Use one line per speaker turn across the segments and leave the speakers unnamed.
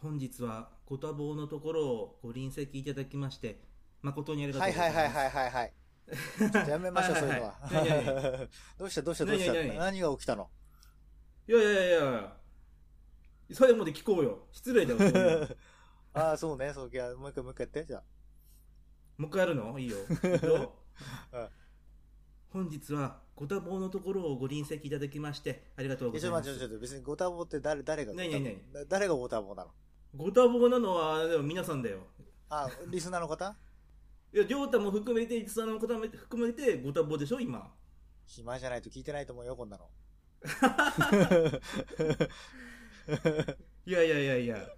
本日はご多忙のところをご臨席いただきまして誠にありがとう
は
ご
い
ざ
はい
ます
いはいはいはいはい。ちょっとやめましょう、
は
そ
いうはいいう
の
はい
は。 どうしたどうしたどうした
何々
何が起きたの
いやいやいやそれまで聞こうよ失礼だよそういうの
ああ、そうね、そう、いやもう一回もう一回やって、じゃ
もう一回やるのいいよいくよ
うん
本日はご多忙のところをご臨席いただきましてありがとう
あ。
ご
えち
ざ
ょ
い
っと
ま
待って、ち
す
ょっと別にご多忙って誰、誰がご多
何々
忙誰がご多忙なの
ご多忙なのはでも皆さんだよ
ああ、リスナーの方
いや亮太も含めて一さんのことも含めてご多忙でしょ今
暇じゃないと聞いてないと思うよ、こんなの。
いやいやいやいや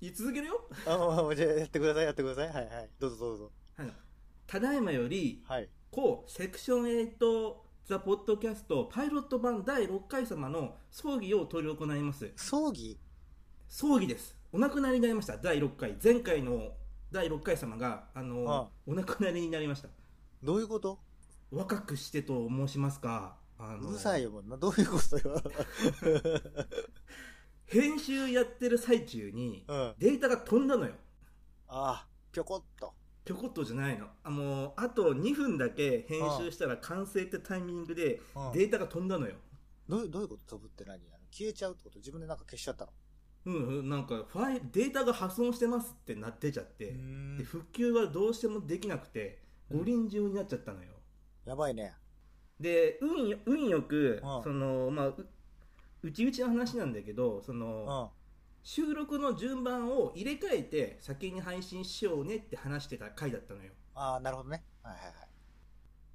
言い続けるよ
あ、まあまあ、じゃあやってください、やってください。はいはい。どうぞどうぞ。
はいただいまより
はい。
こうセクション8ザ・ポッドキャストパイロット版第6回様の葬儀を執り行います
葬儀
葬儀ですお亡くなりになりました第6回前回の第6回様があの
ああ
お亡くなりになりました
どういうこと
若くしてと申しますかあ
う
の
るさいよ、もうな。どういうこと よ。
編集やってる最中に
うん。あ
データが飛んだのよ
あ、ぴょこっと。
ぴょこっとじゃないのあもうあと2分だけ編集したら完成ってタイミングで
うん
データが飛んだのよ
どうどういうこと飛ぶって何あの消えちゃうってこと自分でなんか消しちゃったの
うんうんなんかファイルデータが破損してますってなってちゃって、で復旧がどうしてもできなくて五輪中になっちゃったのよ
やばいね。
で運よ運よく
うん
そのまあううちうちの話なんだけどそうの
ん。
収録の順番を入れ替えて先に配信しようねって話してた回だったのよ
ああ、なるほどね。はいはいは
っ
い。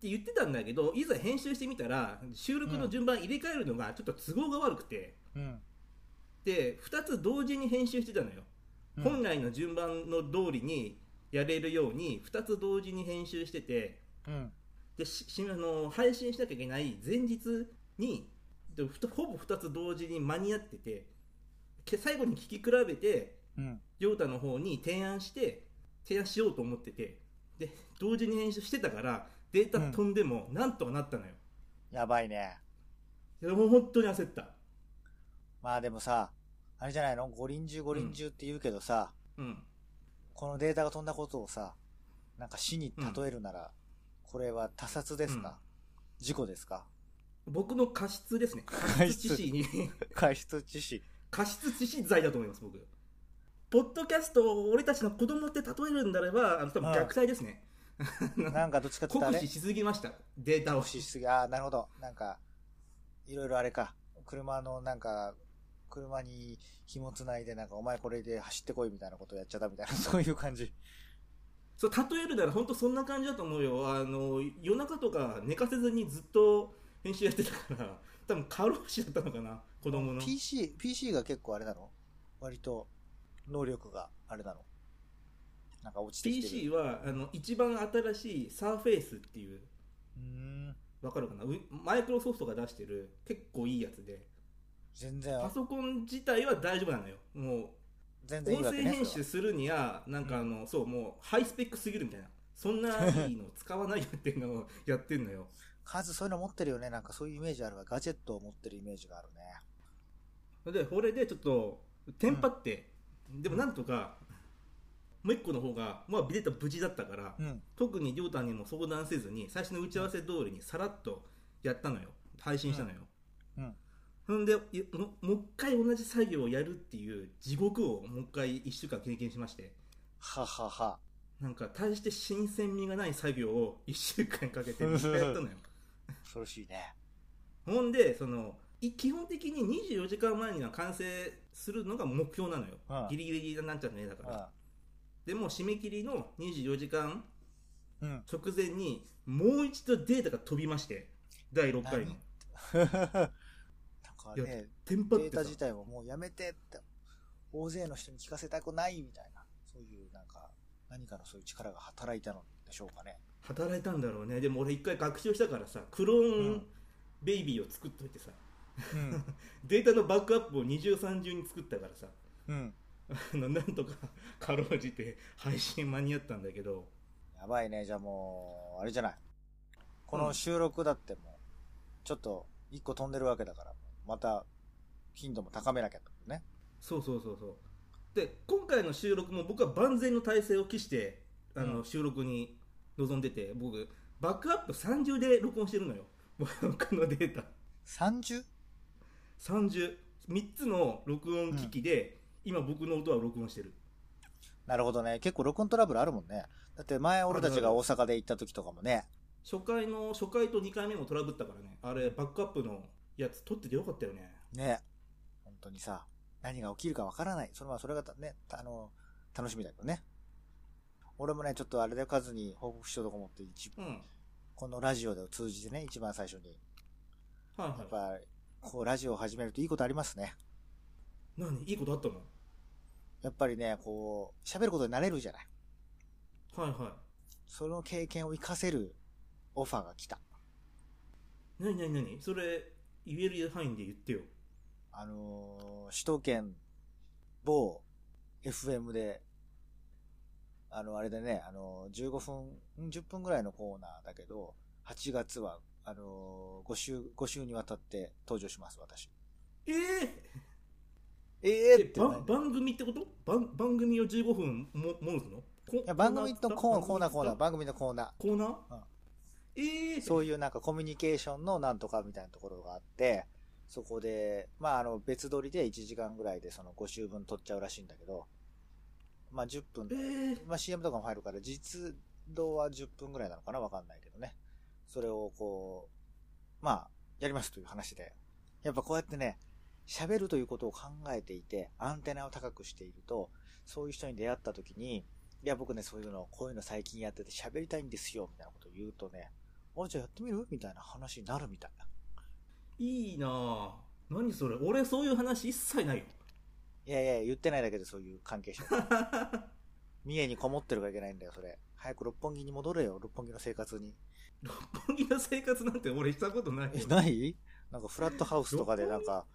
て言ってたんだけどいざ編集してみたら収録の順番入れ替えるのがちょっと都合が悪くて、
うん。
で2つ同時に編集してたのよ本来の順番の通りにやれるように2つ同時に編集してて
うん。
でししあの配信しなきゃいけない前日にでふとほぼ2つ同時に間に合っててけ最後に聞き比べて
うん。
亮太の方に提案して提案しようと思っててで同時に編集してたからデータ飛んでもなんとかなったのよ、
やばいね。
でもう本当に焦った
まあでもさ、あれじゃないの五輪中五輪中って言うけどさ、
うん
このデータが飛んだことをさ、なんか死に例えるなら、これは他殺ですか、
うん
事故ですか
僕の過失ですね過失致死に
過失致死。
過失致死罪だと思います僕ポッドキャストを俺たちの子供って例えるんだればあの多分
ああ
虐待ですね
なんかどっちかって言っ
酷
たら
使
ね、
しすぎましたデータを
酷使しすぎ。ああ、なるほど。なんか、いろいろあれか。車のなんか、車に紐つないでなんかお前これで走ってこいみたいなことやっちゃったみたいな、そういう感じ。
そう例えるなら本当そんな感じだと思うよあの夜中とか寝かせずにずっと編集やってたから 多分過労死だったのかな子供の
PC、PC が結構あれなの割と能力があれなのなんか落ちてきてる。
PC はあの一番新しいサーフェイスっていう
うーん。
わかるかなウマイクロソフトが出してる結構いいやつで
全然
パ、ソコン自体は大丈夫なのよもう
全然い
音
いわ
声
けね。
編集するにはなんかあの、そうもうハイスペックすぎるみたいなそんないいの使わないよっていうのをやってんのよ
数そういうの持ってるよね。なんかそういうイメージあるわ。ガジェットを持ってるイメージがあるね。
でこれでちょっとテンパって、でもなんとかもう一個の方がまあビデタ無事だったから、
うん。
特に亮太にも相談せずに最初の打ち合わせ通りにさらっとやったのよ配信したのよ、
うん。
ほんでいももう一回同じ作業をやるっていう地獄をもう一回1週間経験しまして
ははは。
なんか大して新鮮味がない作業を1週間かけて3日やったのよ
恐ろしいね。
ほんでそのい基本的に24時間前には完成するのが目標なのよ、
うん
ギリギリになっちゃうねだから、
う
でもう締め切りの24時間
ん。 うん。
直前にもう一度データが飛びまして第6回の
何なんか
いや
ね、
テンパ
デ
って
ータ
さ
自体ももうやめてって、大勢の人に聞かせたくないみたいな、そういうなんか、何かのそういう力が働いたのでしょう かね。
働いたんだろうねでも俺一回学習したからさクローン
うん
ベイビーを作っといてさ
うん。
データのバックアップを二重三重に作ったからさ
うん。
あのなんとかかろうじて配信間に合ったんだけど
やばいね。じゃあもう、あれじゃない。この収録だってもう、ちょっと、一個飛んでるわけだから、また、頻度も高めなきゃってことね。
そうそうそうそうで今回の収録も僕は万全の体制を期してあの、
うん
収録に臨んでて僕バックアップ30で録音してるのよ 僕のデータ
30?
303つの録音機器で、今僕の音は録音してる
なるほどね。結構録音トラブルあるもんね。だって前俺たちが大阪で行った時とかもね。
初回の初回と2回目もトラブったからねあれバックアップのやつ撮っててよかったよね
ね。本当にさ、何が起きるかわからない。それはそれがたね、たあの、楽しみだけどね。俺もね、ちょっとあれで数に報告しようとか思って、一
うんはい
このラジオで通じてね、一番最初に。やっ
は
ぱ、こう、ラジオを始めるといいことありますね。
い何いいことあったの
やっぱりね、こう、喋ることになれるじゃない。
はいは
その経験を活かせるオファーが来た。
い何何何それ言える範囲で言ってよ
あのー首都圏、某 FM で、あの、あれでね、あのー15分、ん10分ぐらいのコーナーだけど、8月は、あのー5週、5週にわたって登場します、私。
ええ
ええ
え
って
番
何い
番組ってこと番番組を15分ももるのこ
や番組のコーナー、コーナー、コーナー、
番
番組のコーナ
組コーナー
うん
ええ
ー。そういうなんかコミュニケーションのなんとかみたいなところがあって、そこで、まあ、あの、別撮りで1時間ぐらいでその5週分撮っちゃうらしいんだけど、まあ、10分
ええ
まあ、CM とかも入るから、実動は10分ぐらいなのかなわかんないけどね。それをこう、まあ、やりますという話で。やっぱこうやってね、喋るということを考えていて、アンテナを高くしていると、そういう人に出会った時に、いや、僕ね、そういうの、こういうの最近やってて喋りたいんですよ、みたいなことを言うとね、あ、じゃあやってみるみたいな話になるみたいな。
いいなぁ何それ俺そういう話一切ないよ
いやいや、言ってないだけでそういう関係者。三重にこもってるからいけないんだよ、それ。早く六本木に戻れよ、六本木の生活に。
六本木の生活なんて俺したことない
え、
よ
ないなんかフラットハウスとかでなんか、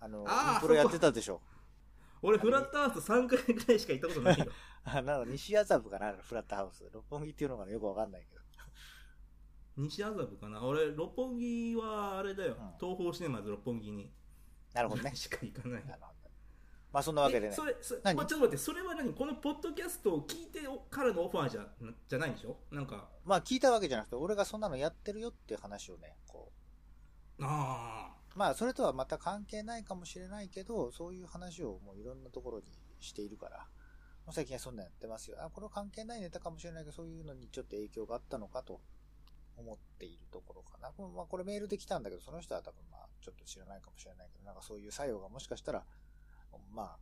あの、
あー
インプロやってたでしょ。
俺フラットハウス3回ぐらいしか行ったことないよ
あなんか西麻布かなフラットハウス。六本木っていうのがよくわかんないけど。
西麻布かな俺六本木はあれだよ、
うん
東宝シネマズ六本木に。
なるほどね
しか行かない
なるほど。まあそんなわけで
え
ね
そ。れそ
何
まあ、ちょっと待ってそれは何このポッドキャストを聞いてからのオファーじゃじゃないでしょなんか
まあ聞いたわけじゃなくて、俺がそんなのやってるよっていう話をね、こ
ああ
う。まあそれとはまた関係ないかもしれないけど、そういう話をもういろんなところにしているから。もう最近はそんなのやってますよ。あ、これは関係ないネタかもしれないけど、そういうのにちょっと影響があったのかと思っているところかな。これまあ、これメールで来たんだけど、その人は多分まあ、ちょっと知らないかもしれないけど、なんかそういう作用がもしかしたら、まあ、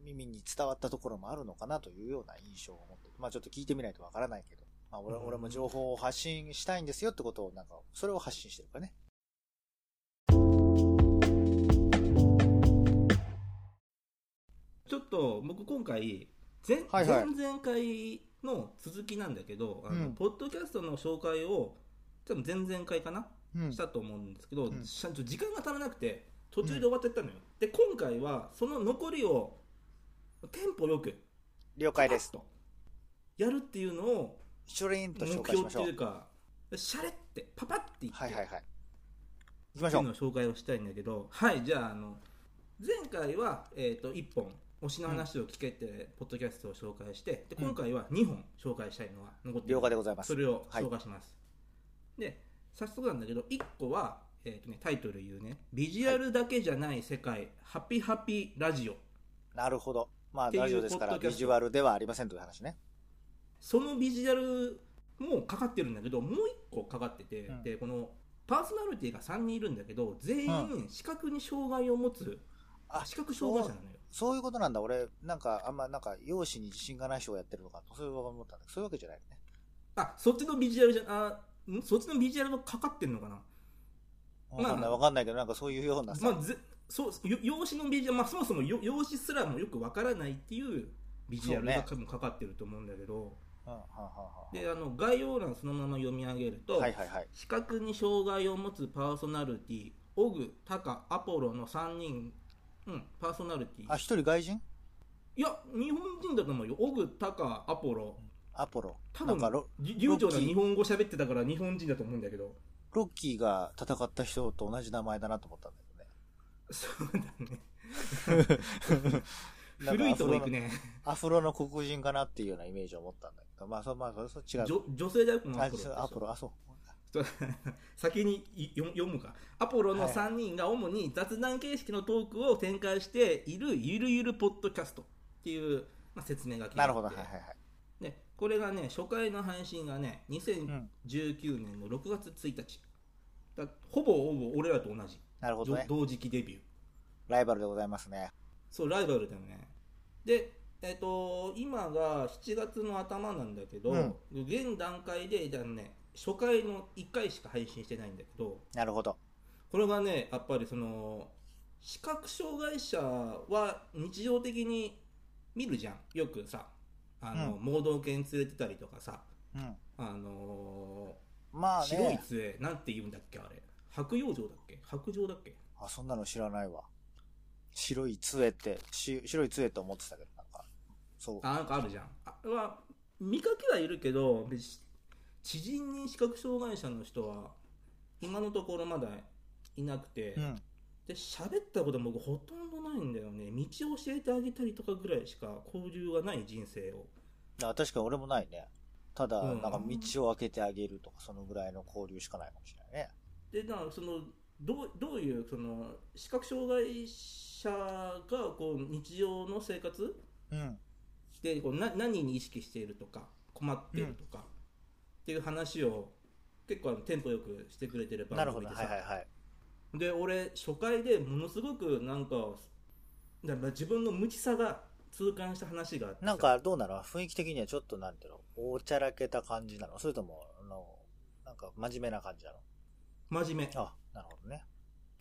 耳に伝わったところもあるのかなというような印象を持って、まあちょっと聞いてみないとわからないけど、まあ俺,、
うん
俺も情報を発信したいんですよってことを、なんか、それを発信してるからね。
ちょっと僕今回前,、
はいはい
前々回の続きなんだけどあの、
うん
ポッドキャストの紹介を多分前々回かな、
うん
したと思うんですけど、
うん
しゃちょ時間が足らなくて途中で終わっちゃったのよ、で今回はその残りをテンポよく
了解です。
とやるっていうのを
シュリーンと
目
紹介し
標
ま
っ
してょう。
いうかシャレってパパって言って、
はいはいはい。行き
っ
ましてょ
いうう。のを紹介をしたいんだけどはいじゃああの前回は、えー、と1本推しの話を聞けって、ポッドキャストを紹介してで
うん
今回は2本紹介したいのは残ってる
了解でございます
そ。れを
はい
紹介します、で早速なんだけど1個は、えーとね、タイトル言うね「ビジュアルだけじゃない世界、ハピハピラジオ
なるほど。まあ、
っていう
ラジオですか
ポ
ら、
ッドキャ
ビ
スト
ジュアルではありませんという話ね。」
そのビジュアルもかかってるんだけどもう1個かかってて、
うん
でこのパーソナリティが3人いるんだけど全員視覚に障害を持つ、
あ
視覚障害者なのよ
そういうことなんだ。俺、なんか、あんま、なんか、容姿に自信がない人がやってるのかと、そういう思ったんだけど、そういうわけじゃないのね。
あそっちのビジュアルじゃあんそっちのビジュアルもかかってんのかなまあ
わかんない、わかんないけど、なんかそういうようなさ、
まあぜそうよ容姿のビジュアル、まあ、そもそもよ容姿すらもよくわからないっていうビジュアルが多分かかってると思うんだけど、
うんはんはんはん
であの概要欄そのまま読み上げると、
はいはいはい。
視覚に障害を持つパーソナリティオグタカアポロの3人、うん、パーソナリテ
あ、
ィ
一人外人
いや日本人だと思うよオグタカアポロ
アポロ。
多
なんか
分
ロ、
り流暢な日本語喋ってたから日本人だと思うんだけど
ロッキーが戦った人と 同じ名前だなと思ったんだけどね。
そうだね
なんか
古いとこ行くね
アフロの黒人かなっていうようなイメージを持ったんだけど、まあ、そう、まあ、それ、そう違う。
女女性でアポロの
あ
アポロ
そうアポロ、あ、そう。
ちょっと先にい読読むかアポロの
はい
3人が主に雑談形式のトークを展開しているゆるゆるポッドキャストっていう、まあ、説明書きになって
なるほど、はいはいはい。
でこれがね初回の配信がね
ん
2019年の6月1日だほぼほぼ俺らと同じ、
なるほどね。
同時期デビュー
ライバルでございますね。
そうライバルだよねでえっ、と今が7月の頭なんだけど、
うん
現段階でじゃあね初回の1回しか配信してないんだけど
なるほど。
これがねやっぱりその視覚障害者は日常的に見るじゃんよくさあの、
うん
盲導犬連れてたりとかさ
うん。
あのー
まあ
白い
ね。
杖なんて言うんだっけあれ白洋杖だっけ白杖だっけ
あ、そんなの知らないわ。白い杖って、し白い杖って思ってたけど、なんか。そう。
あなんかあるじゃんあれは見かけはいるけど別に知人に視覚障害者の人は今のところまだいなくて、
うん。
で喋ったことも僕ほとんどないんだよね道を教えてあげたりとかぐらいしか交流がない人生を
あ確かに俺もないね。ただ、
うん
なんか道を開けてあげるとか、そのぐらいの交流しかないかもしれないね。
でだからそのどうどういうその視覚障害者がこう日常の生活
うん。
でこうな何に意識しているとか困っているとか、っていう話を結構あのテンポよくしてくれてる
な
番
るほ
組
ど。
で
は
さ、
いはいはい。
で俺初回でものすごくなんかだから自分の無知さが痛感した話があってさ
なんかどうなの雰囲気的にはちょっとなんていうのおちゃらけた感じなのそれとも、あの、なんか真面目な感じなの
真面目
あ、なるほどね。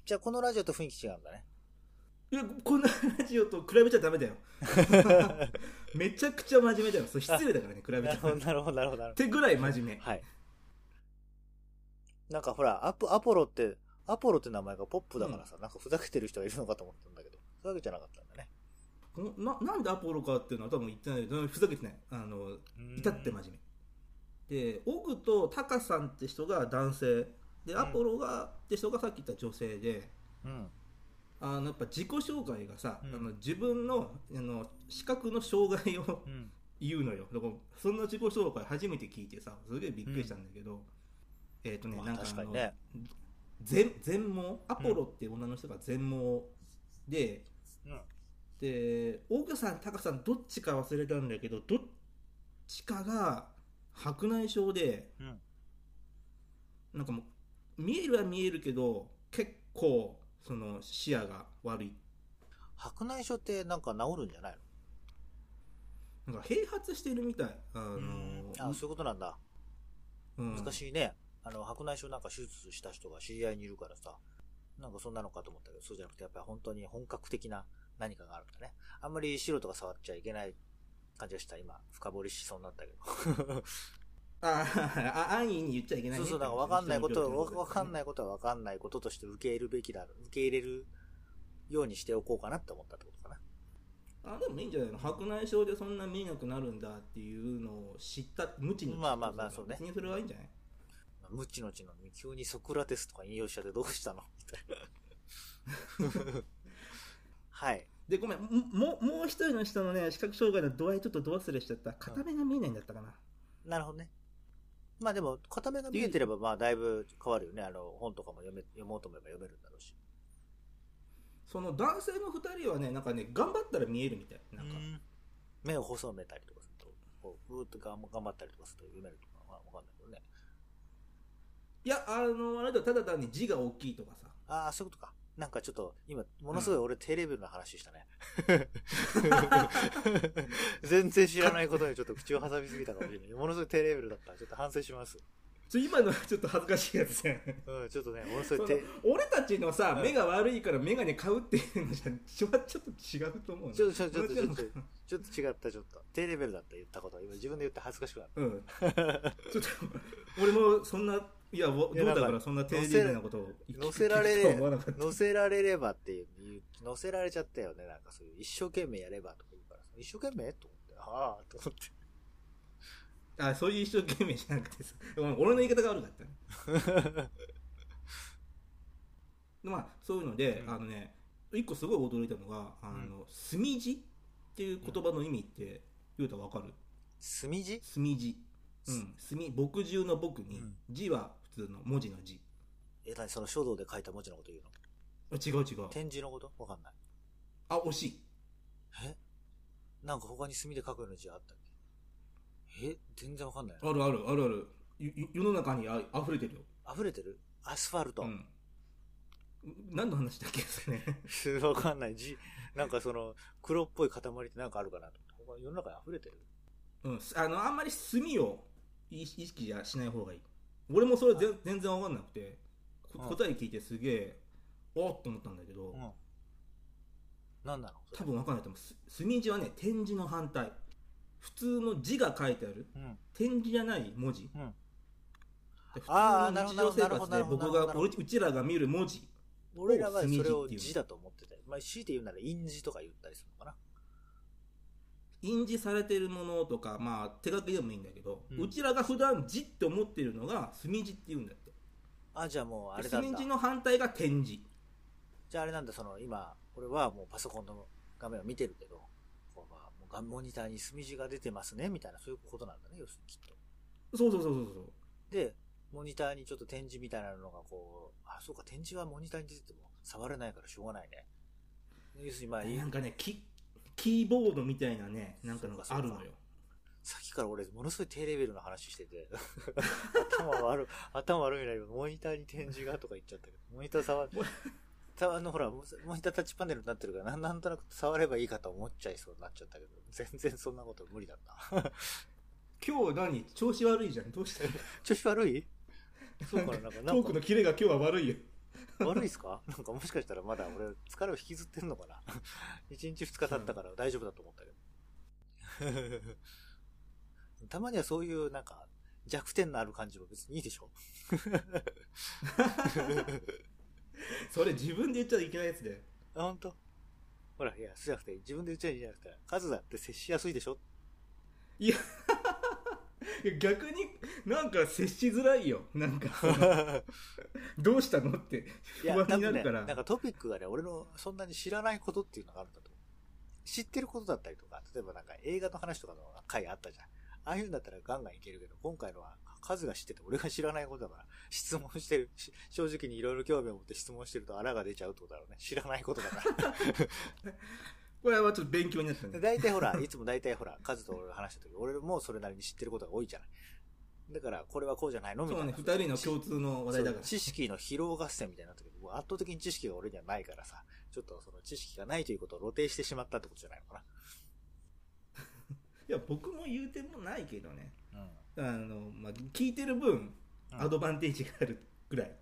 じゃあこのラジオと雰囲気違うんだね。
いやこんなラジオと比べちゃダメだ よめちゃくちゃ真面目だよそれ失礼だからね比べち
な
ゃ
るほど、
っ
なるほど、なるほど。なるほ
てぐらい真面目
どはい。なんかほら、アポアポロって、アポロって名前がポップだからさ、なんかふざけてる人がいるのかと思ったんだけど、そういうわけじゃなかったんだね。
こななんでアポロかっていうのは多分言ってないけどふざけてないあの至って真
ジ。
面目でオグとタカさんって人が男性で
うん
アポロが、って人がさっき言った女性で
うん。
あのやっぱ自己紹介がさ、
うん
あの自分のあの視覚の障害を
うん。
言うのよだからそんな自己紹介初めて聞いてさすげえびっくりしたんだけど、えっ、とね、
まあ
なんか
確
あ
か
の
にね。
全全盲アポロっていう女の人が全盲で、
うん。
で奥さんタカさんどっちか忘れたんだけどどっちかが白内障で
うん。
なんかもう見えるは見えるけど結構その視野が悪い
白内障ってなんか治るんじゃない
なんか併発してるみたいあの
のうんあ、そういうことなんだ。
うん
難しいね。あの、白内障なんか手術した人が知り合いにいるからさ、なんかそんなのかと思ったけど、そうじゃなくて、やっぱり本当に本格的な何かがあるんだね。あんまり素人が触っちゃいけない感じがした。今、深掘りしそうになったけ ど。
あああ安易に言っちゃいけない
そ
ね
うそう、なんかわかんないことを、わわかん
い
ないことはわかんないこととして受け入れるべきだろう。受け入れるようにしておこうかなって思ったってことかな。
あでもいいんじゃないの白内障でそんな見えなくなるんだっていうのを知った無知の知った
まあまあまあそうね
別にそれはいいんじゃない
無知の知の、急にソクラテスとか引用しちゃってどうしたのみたい な。はい。
でごめんももうもう一人の人のね視覚障害の度合いちょっと度忘れしちゃった片目が見えないんだったかな、
なるほどね。まあでも、片目が見えてれば、まあだいぶ変わるよね。あの、本とかも読め、読もうと思えば読めるんだろうし。
その男性の2人はねなんかね頑張ったら見えるみたいなんか、
目を細めたりとかすると、こう、うーっと頑張頑張ったりとかすると読めるとかはわかんないけどね。
いやあのあれだただ単に字が大きいとかさ
ああ、そういうことか。なんかちょっと、今、ものすごい俺低レベルな話した ね。全然知らないことにちょっと口を挟みすぎたかもしれない。ものすごい低レベルだった。ちょっと反省します。
ちょ今のはちょっと恥ずかしいやつだよね
うん、ちょっとね、ものす
そ
ご
の
い低、
俺たちのさ
うん
目が悪いから眼鏡買うっていうのじゃちょちょっと違うと思うね
ちょっと、ちょっと、ちょっと、ちょっ
俺
と
たちの
ちょっと違った、ちょっと。低レベルだった、言ったこと。今自分で言って恥ずかしくなっ た。
うんちょっと俺もそんないやどう
いやな
だ
んか
からそんな丁寧なことを
乗せられ
聞くとは思わなかった
乗せられればっていう、乗せられちゃったよね。なんかそういう、一生懸命やればとか言うからさ、一生懸命と思って、ああ、と思って。
あそういう一生懸命じゃなくてさごめん俺の言い方が悪かったね でまあそういうので、
うん
あのね一個すごい驚いたのがあの、墨字っていう言葉の意味って、ゆうたわかる
墨字
墨字。うん。墨、墨汁の僕に、
うん
字は普通の文字の字。
え、何その書道で書いた文字のこと言うの
あ違う違う。
点字のことわかんない。
あ、惜しい。
えなんか他に墨で書くような字あったっけえ全然わかんないな。
あるあるあるある。ゆゆ世の中にあ溢れてるよ。
溢れてるアスファルト。
うん。何の話だっけそれね。
わかんない字。なんかその、黒っぽい塊ってなんかあるかなと思った他世の中に溢れてる
うん。すあの、あんまり墨を意識意識じゃしない方がいい。俺もそれ全全然わかんなくて、こ
うん
答え聞いてすげえ、おっと思ったんだけど、
うん。なんなのそれ
多分わかんないと思うす。墨字はね、点字の反対。普通の字が書いてある、
うん。
点字じゃない文字。
うん
で普
あー
通の日
なる
常
ほど
生活
なるほどなる
で
ほど
僕
なるほど
が、俺うちらが見る文字。
俺らはそれを
墨字っていう
字だと思ってたよ。まあ、強いて言うなら印字とか言ったりするのかな。
印字されてるものとか、まあ、手書きでもいいんだけど、
う
うんちらが普段字って思ってるのが墨字って言うんだって
あ、じゃあもうあ
で
れなん
墨
だ
字。の反対が点字
じゃああれなんだ、その今、俺はもうパソコンの画面を見てるけど、こうまあ、もう画モニターに墨字が出てますね、みたいな、そういうことなんだね、要するにきっと。
そうそうそうそうそう
で、モニターにちょっと点字みたいなのがこう、あ、そうか、点字はモニターに出てても触れないからしょうがないね。要するにまあ、
なんかねキキーボードみたいなねなんかのがあるの
そう
よ
さっきから俺、ものすごい低レベルの話してて、頭悪い、頭悪いな、今、モニターに点字がとか言っちゃったけど、モニター触る
モニ、
さあの、ほら、モニタータッチパネルになってるから、なんなんとなく触ればいいかと思っちゃいそうになっちゃったけど、全然そんなこと無理だった。
今日何調子悪いじゃんどう した
調子悪いそうかな、なんか、
ト
なん
ー
か
クのキレが今日は悪いよ
悪いっすかなんかもしかしたらまだ俺、疲れを引きずってんのかな一日二日経ったから大丈夫だと思ったけど。たまにはそういうなんか弱点のある感じも別にいいでしょ
それ自分で言っちゃいけないやつで
あ、ほんとほら、いや、そうじゃなくて、自分で言っちゃいいんじゃなくて、数だって接しやすいで しょ
いや逆になんか接しづらいよなん かどうしたのって
い
不
や、
安
多
にな
分ね、
るから、
なんかトピックがね、俺のそんなに知らないことっていうのがあるんだと思う。知ってることだったりとか、例えばなんか映画の話とかの回あったじゃん。ああいうんだったらガンガンいけるけど、今回のは数が知ってて俺が知らないことだから、質問してる、し正直にいろいろ興味を持って質問してると荒が出ちゃうってことだろうね。知らないことだから。
これはちょっと勉強になった
で
ね
大体ほら、いつも大体ほら、数と俺が話した時、俺もそれなりに知ってることが多いじゃない。だから、これはこうじゃないのみ
そ
た
う
い
ね
な。
二人の共通の話題だから
そう知識の疲労合戦みたいになったけど、もう圧倒的に知識が俺にはないからさ、ちょっとその知識がないということを露呈してしまったってことじゃないのか
いや僕も言うてもないけどね
な。うん。
あの、まあ、聞いてる分
うん
アドバンテージがあるぐらい、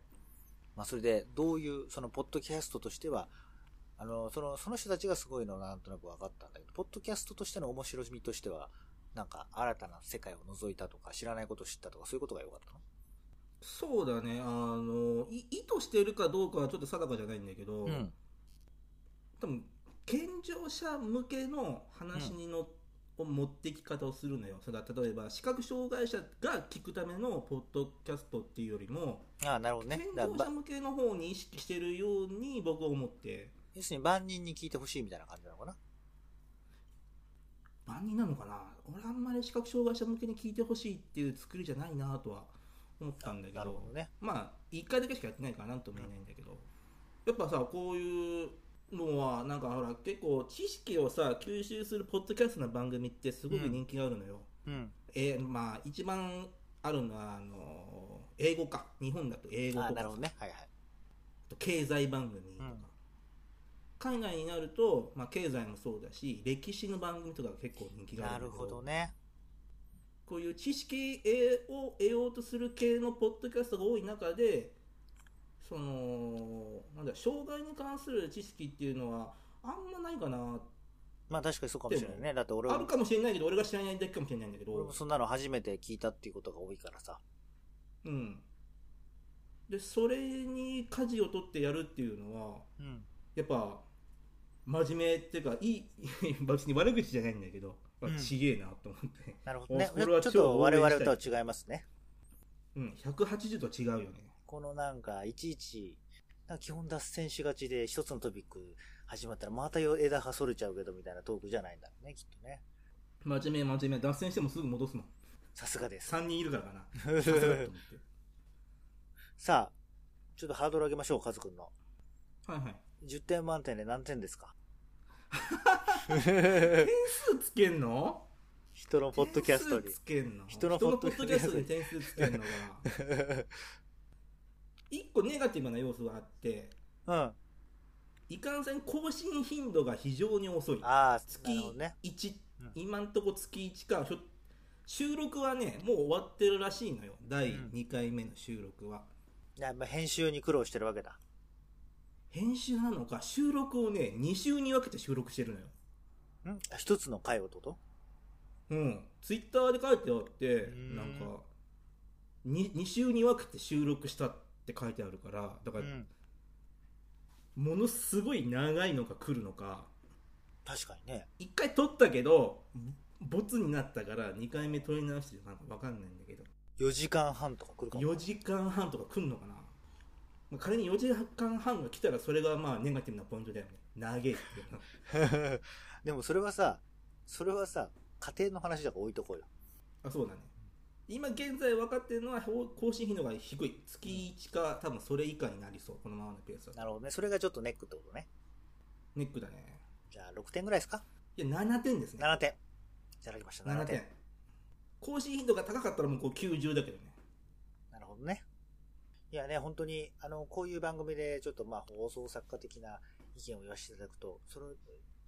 まあそれで、どういう、そのポッドキャストとしては、あの、その、その人たちがすごいのはなんとなく分かったんだけど、ポッドキャストとしての面白みとしては、なんか新たな世界を覗いたとか、知らないことを知ったとか、そういうことが良かったの
そうだねあのい意図してるかどうかはちょっと定かじゃないんだけど、
うん。
多分健常者向けの話にの、を持ってき方をするのよそれは例えば視覚障害者が聞くためのポッドキャストっていうよりも、
ああ、なるほどね
健。
だ
常
から
者
ば
向けの方に意識してるように僕は思って
要するに万人に聞いてほしいみたいな感じなのかな。
万人なのかな俺あんまり視覚障害者向けに聞いてほしいっていう作りじゃないなとは思ったんだけ
なるほ
ど
どね。
まあ1回だけしかやってないからなんとも言えないんだけど、やっぱさこういうのはなんかほら結構知識をさ吸収するポッドキャストの番組ってすごく人気があるのよ、
うん。
えーまあ一番あるのはあの英語か日本だと英語
ああ、
と
な
か
るほどね。はいはい。
経済番組とか、
うん
海外になると、まあ、経済もそうだし歴史の番組とかが結構人気があ
な
る
る
んだけ
ほどね。
こういう知識を得ようとする系のポッドキャストが多い中でそのなんだ障害に関する知識っていうのはあんまないかな
まあ確かにそうかもしれないね。だって俺
あ
は
る、かもしれないけど俺が知らないだけかもしれないんだけ
俺
ど
も、そんなの初めて聞いたっていうことが多いからさ。
うん、でそれに舵を取ってやるっていうのは
うん。
やっぱ真面目っていうかい い別に悪口じゃないんだけど、まあ
うん
ちげえなと思って、
なるほどね。
お
ち
俺は
ょっと我々と
超応援し
は違いますね。
うん、180とは違うよね
このなんか、いちいち、なんか基本脱線しがちで、一つのトピック始まったらまたよ枝葉それちゃうけどみたいなトークじゃないんだろうね、きっとね。
真面目真面目脱線してもすぐ戻すの
さすがです。
3人いるからかなさすがだと思って
さあ、ちょっとハードル上げましょう、カズくんの。
はいはい
10点満点で何点で すか
点数つけんの
人のポッドキャストに
点。数つけんの
人
人
の
の
ポ
ポ
ッ
ッ
ド
ド
キ
キ
ャ
ャ
ス
ス
ト
ト
に
に点数つけんのが一個ネガティブな要素があって
うん。あ
いかんせん更新頻度が非常に遅い
あ、な
月
るほどね。
1、
うん
今んとこ月1かひょ収録はねもう終わってるらしいのよ第2回目の収録は、
やっぱ編集に苦労してるわけだ。
編集なのか収録をね2週に分けて収録してるのよ
ん一つの回をってこと
うんツイッターで書いてあって
ん
なんか 2, 2週に分けて収録したって書いてあるからだか
う
ら、
ん。
ものすごい長いのか来るのか
確かにね。
1回撮ったけどボツになったから2回目撮り直してるかなんか分かんないんだけど
4時間半とか来るかも。
4時間半とか来んのかな、まあ、仮に4時間半が来たらそれがまあネガティブなポイントだよね長いっていうの
でもそれはさ、それはさ、家庭の話だから置いとこうよ。
あそうだね今現在分かってるのはほう更新頻度が低い月1か多分それ以下になりそうこのままのペースだ
なるほどね。それがちょっとネックってことね。
ネックだね
じゃあ6点ぐらいですか
いや7点ですね
?7 点。いただきました。7
7
点。
点更新頻度が高かったらもうこう90だけどね
なるほどね。いやね、本当に、あの、こういう番組で、ちょっとまあ、放送作家的な意見を言わせていただくと、その、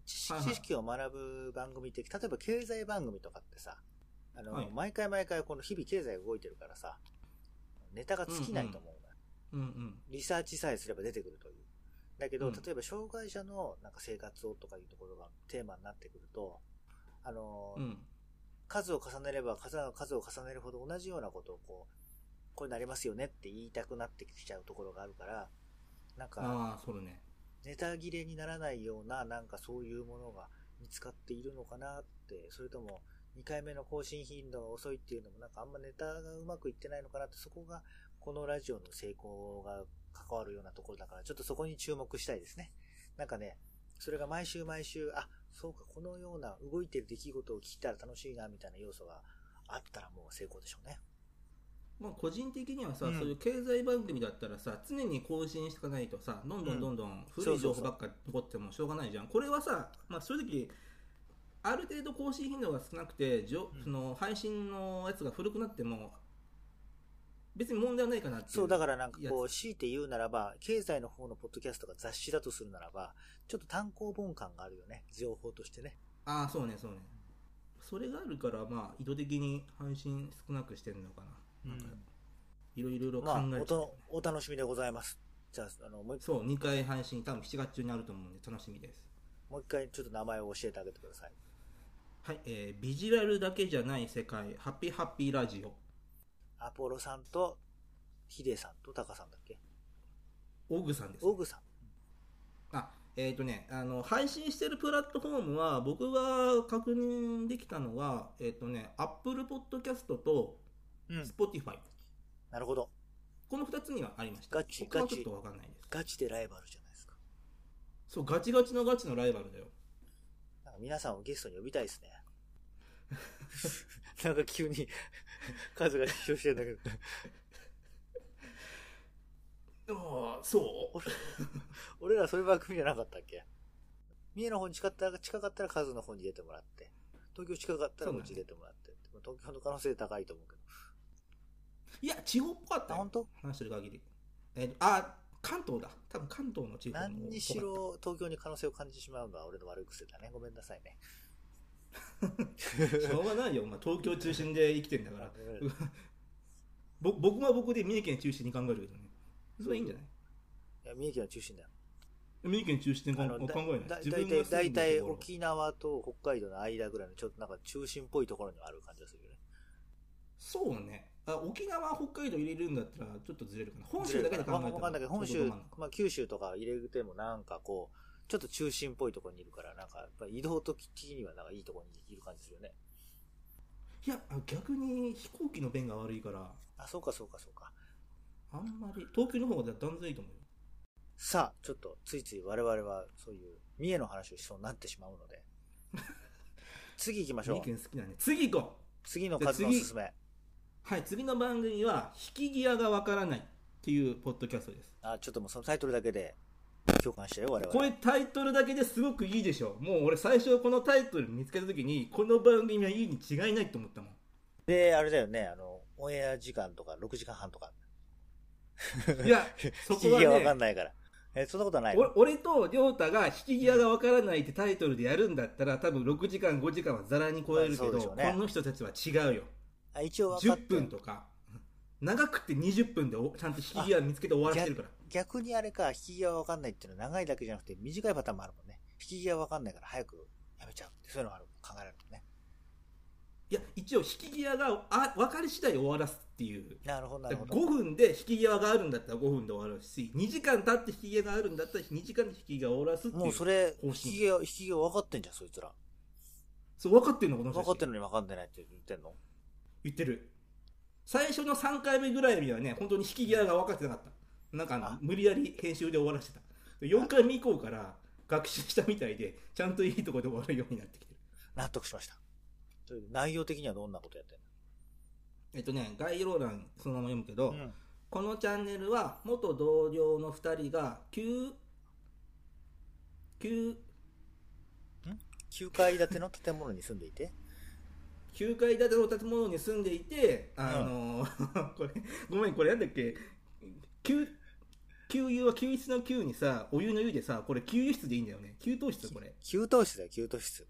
知識
はいはい
知識を学ぶ番組って、例えば経済番組とかってさ、あの、
はい
毎回毎回この日々経済が動いてるからさ、ネタが尽きないと思うのよ、
うんうん
リサーチさえすれば出てくるという。だけど、
うん
例えば障害者のなんか生活をとかいうところがテーマになってくると、あの、
うん
数を重ねれば数を数を重ねるほど同じようなことをこう、こうなりますよねって言いたくなってきちゃうところがあるから、なんか
ああそうだね
ネタ切れにならないようななんかそういうものが見つかっているのかなって、それとも2回目の更新頻度が遅いっていうのもなんかあんまネタがうまくいってないのかなって、そこがこのラジオの成功が関わるようなところだから、ちょっとそこに注目したいですね。なんかね、それが毎週毎週、あ、そうか、このような動いてる出来事を聞いたら楽しいなみたいな要素があったらもう成功でしょうね。
まあ、個人的にはさ、
うん
そういう経済番組だったらさ常に更新していかないとさどんど
うん
んどんどん
そ
古
う
い
そ
情
うそ
報
う
ばっか残ってもしょうがないじゃんこれはさ、まあ、正直ある程度更新頻度が少なくてじょ
うん
その配信のやつが古くなっても別に問題はないかなっていう
そう、だからなんか
いや
こう、強いて言うならば、経済の方のポッドキャストが雑誌だとするならば、ちょっと単行本感があるよね。情報としてね。
ああそうねそうねそれがあるからまあ意図的に配信少なくしてるのかな,、なんかいろいろ考
まあ
え
お
て、
と、お楽しみでございます。じゃあ、あの、もう一
そう2回配信多分7月中にあると思うんで楽しみです
もう一回ちょっと名前を教えてあげてください。
はい、えービジュアルだけじゃない世界、ハッピーハッピーラジオ、
アポロさんと、ヒデさんとタカさんだっけ
オグさんです。
オグさん。
あ、えっ、とね、あの、配信してるプラットフォームは、僕が確認できたのが、えっ、とね、Apple Podcast と
うん。
Spotify。
なるほど。
この2つにはありました。
ガチ
他は
ガチ
ちょっとわかんないです。
ガチでライバルじゃないですか。
そう、ガチガチのガチのライバルだよ。
なんか皆さんをゲストに呼びたいで すね。 なんか急に、 数が主張してんだけど。
ああ、そう
俺らそういう番組じゃなかったっけ三重の方に近かったら、近かったら数の方に出てもらって、東京近かったらこっちに出てもらって、でも東京の可能性高いと思うけど。
いや、地方っぽかった
あ、本
よ。
当？
話してる限り。えっ、と、あ、関東だ。多分関東の地方の方
何にしろ東京に可能性を感じてしまうのは俺の悪い癖だね。ごめんなさ いね。
しょうがないよ、お前。東京中心で生きてんだから。
うん
ぼ僕は僕で三重県中心に考えるけどねそれはいいんじゃない
いや三重県の中心だよ。
三重県中心に考
あ
え
のだ
考えな
だ
い
いた
が
い、だ
住
い
ん
た
で
い
るところ
沖縄と北海道の間ぐらいのちょっとなんか中心っぽいところにある感じがするよね。
そうねあ沖縄北海道入れるんだったらちょっとずれるかな本州だけで考
わ
えたら
わかんないけど、本
ちょう
州
どど真ん、中
まあ九州とか入れてもなんかこう、ちょっと中心っぽいところにいるから、なんかやっぱ移動時的にはなんかいいところにいる感じするよね。
いやあ逆に飛行機の便が悪いから
あ、そうかそうかそうか。
あんまり東京の方が断然いいと思うよ
さあ、ちょっとついつい我々はそういう三重の話をしそうになってしまうので。 次行きまし
三
ょ
重
う。
県好きなんで次行こ
次の数のおすすめ。
うはい次の番組は「引き際がわからない」っていうポッドキャストです
あ、ちょっともうそのタイトルだけで共感したよ、我々。
これタイトルだけですごくいいでしょもう俺最初このタイトル見つけた時にこの番組はいいに違いないと思ったもん
で、あれだよね、あの、オンエア時間とか6時間半とか。
いや そ
引き
こは
際わかん
ね
ないから。え、そんなことはないの
お俺と亮太が引き際がわからないってタイトルでやるんだったら多分6時間5時間はざらに超えるけ
まあそう
ど、
でしょうね
この人たちは違うよ
あ、一応分かっ
10
て
分とか長くて20分でおちゃんと引き際見つけて終わらせてるから
逆にあれか、引き際わかんないっていうのは長いだけじゃなくて短いパターンもあるもんね。引き際わかんないから早くやめちゃうってそういうのがある考えられるもんね。
いや一応引き際があ分かり次第終わらすっていう
なるほど、な
だ
る
か
ほ
ら
ど。
5分で引き際があるんだったら5分で終わるし2時間経って引き際があるんだったら2時間で引き際を終わらすっていう
もうそれ、
方針
引き際、引き際分かってんじゃん、そいつら。
そう分かってるのこの人
分
たち
かってんのに分かんでないって言ってんの
言ってる最初の3回目ぐらいにはね本当に引き際が分かってなかったなんかあの
あ
無理やり編集で終わらせてた4回目以降から学習したみたいでちゃんといいとこで終わるようになってきてる
納得しました。それで内容的にはどんなことやってん
えっとね概要欄そのまま読むけど、
のうん。
このチャンネルは元同僚の2人が急急
9階建ての建物に住んでいて、
9階建ての建物に住んでいて、あの ーこれ、ごめん、これなんだっけ、給給油は給油室の給にさ、お湯の湯でさ、これ給油室でいいんだよね。給湯室これ。
給湯室だよ、給湯室。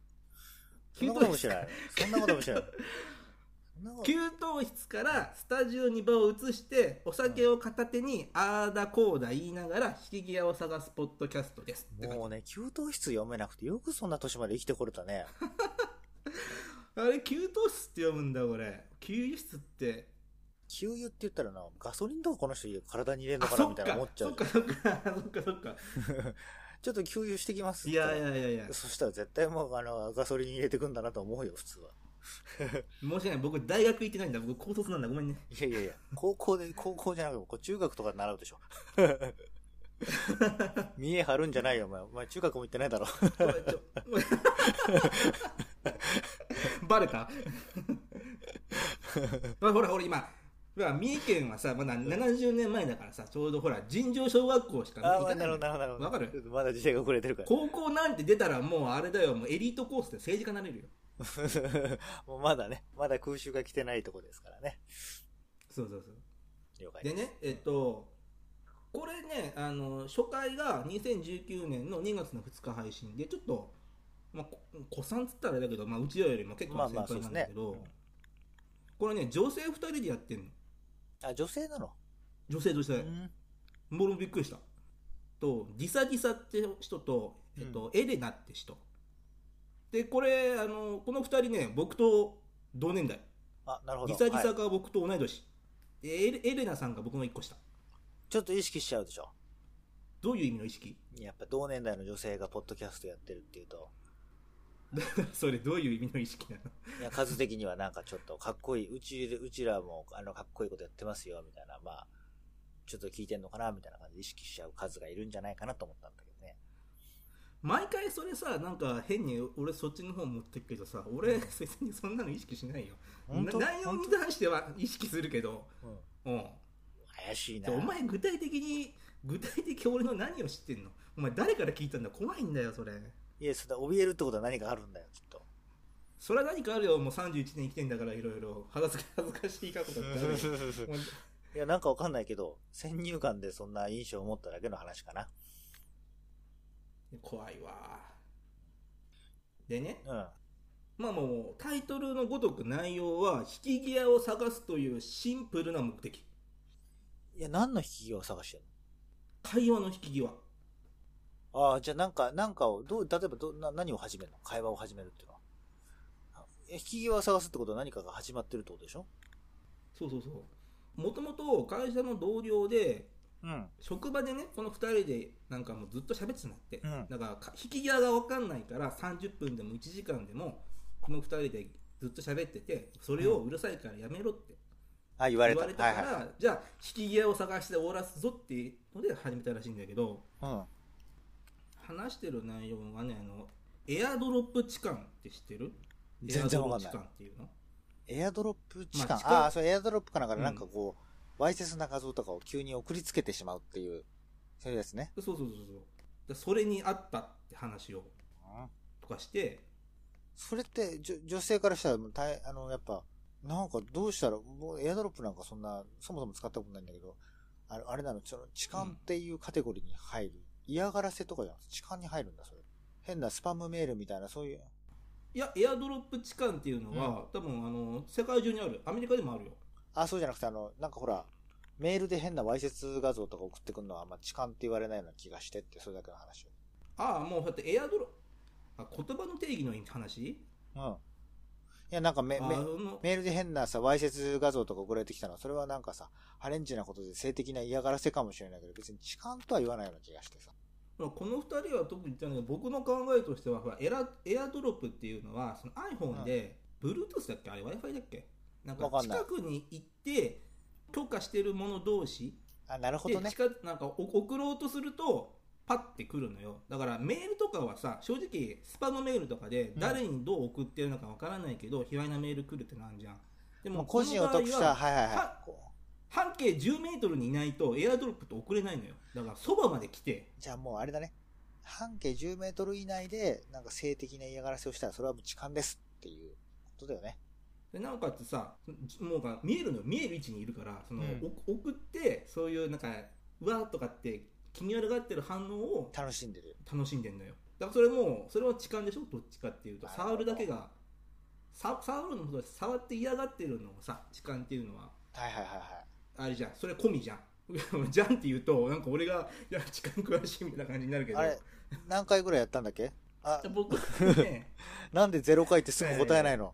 そ
給
んなこと
湯
も知
室
らない。そんなことも知 らない。そんなこと
給湯室からスタジオに場を移して、お酒を片手に、あーだこーだ言いながら、引き際を探すポッドキャストです。って感じ
もうね、給湯室読めなくて、よくそんな年まで生きてこれたね。
あれ、給湯室って読むんだ、これ。給油室って。
給油って言ったらな、ガソリンとかこの人体に入れる
あ、
のかな
そ
み
った
いな
か
思っ。ちゃ
そっ
う。
か、そ っか、そっか、そっか。
ちょっと給油してきます。
いやい。やいやいや。
そしたら絶対もう、あの、ガソリン入れてくんだなと思うよ、普通は。
申し訳ない僕大学行ってないんだ僕高卒なんだごめん ね
いやいやいや、高校で、高校じゃなくて、こう中学とかで習う でしょ。見え張るんじゃないよ、お前。お前中学も行ってないだろ。
ごめんちょバレたまあほらほら今ほら三重県はさまだ70年前だからさちょうどほら尋常小学校しか
ああ、
行
まあ
かな
なる
い
ほど、なるほど。
わかる
まだ時代が遅れてるから。
高校なんて出たらもうあれだよもうエリートコースで政治家になれるよ
もうまだね、まだ空襲が来てないとこですからね。
そうそうそう
了解
でねえっとこれねあの初回が2019年の2月の2日配信でちょっと、まあ、こ子さんつったらあれだけど、まあ、うちらよりも結
まあ
構先
まあ
輩なんだけど、
そうですね
これね女性2人でやってんの
あ、女性なの
女性女性、
うん
もうびっくりしたとディサディサって人と、えっとエレナって人でこれあのこの2人ね僕と同年代
あ、なるほ
デ
ど。
ィサディ
は
サ
い
が僕と同い年、でエレエレナさんが僕の1個下
ちょっと意識しちゃうでしょ。
どういう意味の意識
やっぱ同年代の女性がポッドキャストやってるっていうと、
それどういう意味の意識なの
いや数的にはなんかちょっとかっこいい、うちうちらもあのかっこいいことやってますよみたいな、まあ、ちょっと聞いてんのかなみたいな感じで意識しちゃう数がいるんじゃないかなと思ったんだけどね。
毎回それさなんか変に俺そっちの方持ってくけどさ俺別にそんなの意識しないよ
本
な
当
内容に関しては意識するけど、
うん
うん、
怪しい
じ
な。
ゃあお前具体的に具体的に俺の何を知ってんのお前誰から聞いたんだ怖いんだよそれ
いや、それ怯えるってことは何かあるんだよ、きっと。
それは何かあるよもう31年生きてんだからいろいろ恥ずか恥ずかしい過去だってあるよもう
いや、なんかわかんないけど、先入観でそんな印象を持っただけの話かな。
怖いわでね
うん。
まあもうタイトルのごとく内容は引き際を探すというシンプルな目的
いや、何の引き際を探してん
会話の引き際
のああ、じゃあなんか、なんかを、どう、例えばど、な、何を始めるの会話を始めるっていうのは。あ引き際を探すってことは何かが始まってるってことでしょ
そうそうそうもともと会社の同僚で
うん。
職場でねこの2人でなんかもうずっと喋ってたんだって、
うん
だからか引き際が分かんないから30分でも1時間でもこの2人でずっと喋っててそれをうるさいからやめろって
あ、言われ
言
た。
われたから、
はいはい。
じゃあ引き際を探して終わらすぞっていうので始めたらしいんだけど
うん。
話してる内容がねあのエアドロップ痴漢って知ってる
全然わかんない
エアドロップ痴漢っていうの
エアドロップ痴
ま
漢
あ、痴漢
ああー、そう、エアドロップかなんかで、
うん
なんかこう、わいせつな画像とかを急に送りつけてしまうっていう、そういうやつね。
そうそうそうそうだそれにあったって話を
うん
とかして
それって、じょ女性からしたら、大あの、やっぱ、なんかどうしたら、もうエアドロップなんかそんな、そもそも使ったことないんだけど、あれあれなの、その痴漢っていうカテゴリーに入る。嫌がらせとかじゃなくて、痴漢に入るんだ、それ。変なスパムメールみたいな、そういう。
いやエアドロップ痴漢っていうのは、多分あの世界中にあるアメリカでもあるよ
あ、そうじゃなくて、あの、なんかほら、メールで変なわいせつ画像とか送ってくるのは、あんま痴漢って言われないような気がしてって、それだけの話
ああもうだってエアドロあ言葉の定義の話
うん。いや、なんかめ、
あ
め、
の
メールで変なさ、わいせつ画像とか送られてきたのは、それはなんかさ、ハレンチなことで性的な嫌がらせかもしれないけど、別に痴漢とは言わないような気がしてさ。
まあこの2人は特に言ったんだけど僕の考えとしてはほらエラエアドロップっていうのはその iPhone で、Bluetooth だっけあれ w i f i だっけなんか
わかんない
近くに行って許可してる者同士
あ、なるほ
で
どね。
近なんかお送ろうとするとパッてくるのよだからメールとかはさ正直スパムメールとかで
うん
誰にどう送ってるのかわからないけど、卑猥なメール来るってなんじゃんで
も
も
う個人を
この
得し
場合
た、
は
はいはいは
はい
こう。
半径1 0ルにいないとエアドロップって送れないのよだからそばまで来て
じゃあもうあれだね。半径10メートル以内で、なんか性的な嫌がらせをしたら、それはもう痴漢ですっていうことだよね。
でなおかつさもうが見えるのよ見える位置にいるからその、
うん
お送ってそういうなんかうわーとかって気に悪がってる反応を
楽しんでる。
楽しんでんのよだからそれもそれは痴漢でしょどっちかっていうと
なるほど
触るだけがさ触るのもそうだし触って嫌がってるのもさ痴漢っていうのは
はいはいはいはい。
あれじゃんそれ込みじゃん じゃんって言うとなんか俺がいや痴漢詳しいみたいな感じになるけど
あれ、何回ぐらいやったんだっけあ、
僕 ね
なんでゼロ回ってすぐ答えない の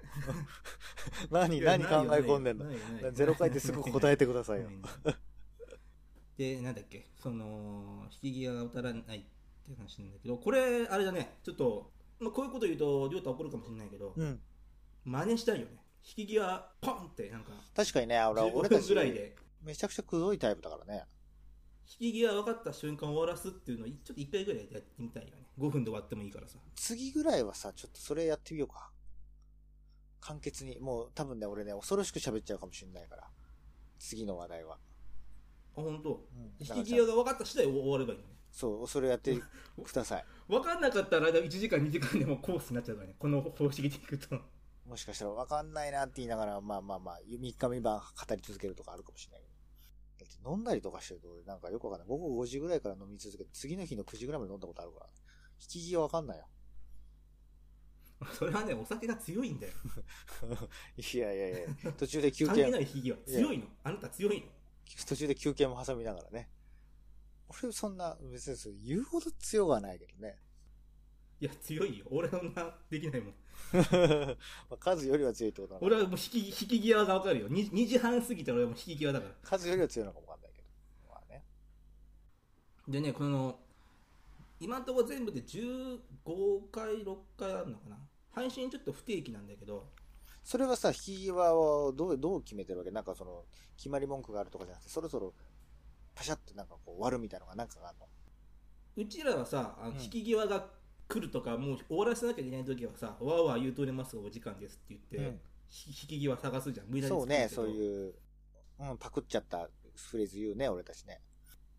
何、
いや
何考え込んでんの
ないよないよ
ゼロ回ってすぐ答えてくださいよ
な。いないでなんだっけその引き際が当たらないって話なんだけどこれあれだねちょっと、まあ、こういうこと言うと亮太怒るかもしれないけど、
うん。
真似したいよね引き際ポンってなんか
確かにね、俺
15
俺た
分
ち
ぐらいで
めちゃくちゃくどいタイプだからね。
引き際分かった瞬間終わらすっていうのをちょっと1回ぐらいやってみたいよね5分で終わってもいいからさ
次ぐらいはさ、ちょっとそれやってみようか。簡潔に。もう多分ね、俺ね、恐ろしく喋っちゃうかもしれないから。次の話題は。
あ本当。
うんだから
引き
じゃ
際
あ
が分かった次第終わればいいのね
そう、それやってください。
分かんなかったら1時間2時間でもうコースになっちゃうからねこの方式でいくと
もしかしたらわかんないなって言いながら、まあまあまあ、3日3晩語り続けるとかあるかもしれないけど。だって飲んだりとかしてると、俺なんかよくわかんない。午後5時ぐらいから飲み続けて、次の日の9時ぐらいまで飲んだことあるから、ね。引き際わかんないよ。
それはねお酒が強いんだよ
いやいやいや、途中で休
関係
憩
ない引き際強いのあなた強いの
途中で休憩も挟みながらね。俺そんな、別にそれ言うほど強くはないけど ね。
いや強いよ俺はそんなできないもん
まあ、数よりは強いってことなのか
俺はもう引き引き際が分かるよ 2, 時半過ぎたら俺はもう引き際だから
数よりは強いのかもわかんないけど。まあね。
でねこの今んとこ全部で15回6回あるのかな配信ちょっと不定期なんだけど
それはさ、引き際をどう、どう決めてるわけなんかその、決まり文句があるとかじゃなくて、そろそろ、パシャってなんかこう割るみたいなのがなんかがあるの。
うちらはさあの
うん
引き際が来るとか、もう終わらせなきゃいけない時はさわーわー言うとれますがお時間ですって言って、
うん
ひ引き際探すじゃん無理やり
そうね、そう
う
いう、うん、パクっちゃったフレーズ言うね、俺たちね。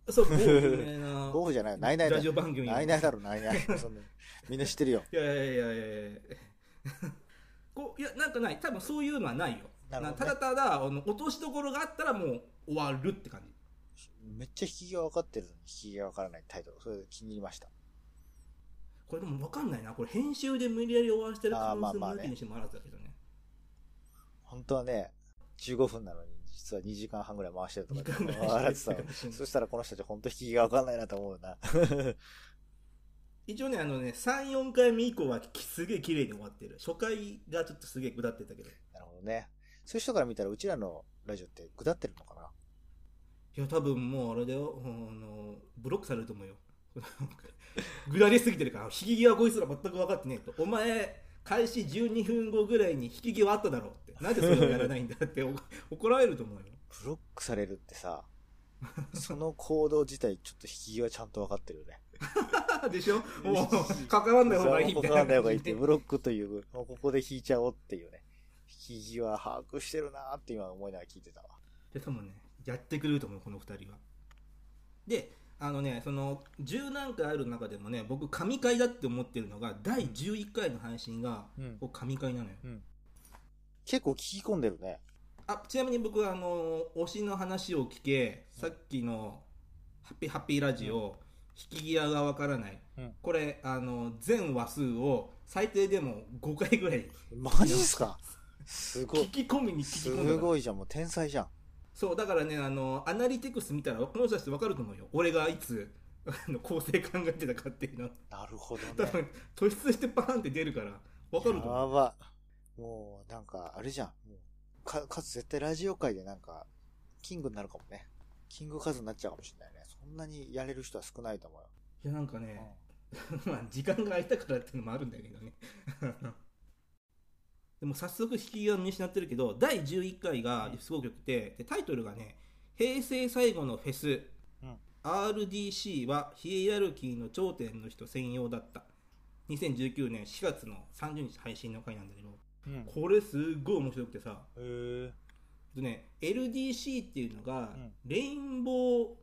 そう某有名 な
ゴーじゃないよ、ないない
ラ
だろ
ジ。オ番組
ないないだろ、ないない。そんなみんな知ってるよ。
いやいやいやいやいや こういやなんかない多分そういうのはないよ
なるほどね
ただただあの落としどころがあったらもう終わるって感じ
めっちゃ引き際分かってるのに引き際分からないタイトル。それで気に入りました。
これでも分かんないなこれ編集で無理やり終わらせてる可能性
あーまあ
も
まあ
な
ね
きにしてもあらずだけどね
本当はね、15分なのに、実は2時間半ぐらい回してるとか
時間ぐらい
笑ってたわ
してるかもしれない
そしたらこの人たち本当引き際分かんないなと思うな。
一応ねあのね34回目以降はきすげえ綺麗に終わってる初回がちょっとすげえ下ってたけどい
なるほどね。そういう人から見たら、うちらのラジオって下ってるのかな
や多分もうあれだよあのブロックされると思うよ 下りすぎてるから引き際こいつら全く分かってねえとお前開始12分後ぐらいに引き際あっただろうってなんでそれをやらないんだってお 怒られると思うよ
ブ ロックされるってさ、その行動自体ちょっと引き際ちゃんと分かってるよね。
でしょもう、関わんない方がいい
こ
みた
こ
いな
な
ん
だよが
感
いいっ
じ
て、
で。
ブロックという、もうここで引いちゃおうっていうね。引き際把握してるなーって今思いながら聞いてたわ。
で、多分ね、やってくれると思う、この二人は。で、あのね、その、10何回ある中でもね、僕、神回だって思ってるのが、第11回の配信が、
うん。
こう神回なのよ。
結構聞き込んでるね。
あ、ちなみに僕は、あの、推しの話を聞け、さっきの、ハッピーハッピーラジオ、引き際がわからない。
うん
これ、あの、全話数を、最低でも5回ぐらい、
マジっすかすご
聞
い。
き込みに聞き
す
込んだから
ごいじゃん。もう天才じゃん。
そうだからねあのアナリティクス見たらこの人たち分かると思うよ俺がいつあの構成考えてたかっていうのは
なるほど
多
ね。
分突出してパーンって出るから分かると思
や
う
ば。もう、なんか、あれじゃん。もうか、かつ絶対ラジオ界でなんか、キングになるかもね。キングカズになっちゃうかもしれないね。そんなにやれる人は少ないと思うよ。
いやなんかね、 まあ時間が空いたからっていうのもあるんだけどね でも早速引きが見失ってるけど第11回がすごく良くてでタイトルがね「平成最後のフェス、
うん
RDC はヒエラルキーの頂点の人専用だった」2019年4月の30日配信の回なんだけど
うん。
これすっごい面白くてさ、
へー
えっとね、LDC っていうのが、
うん
レインボー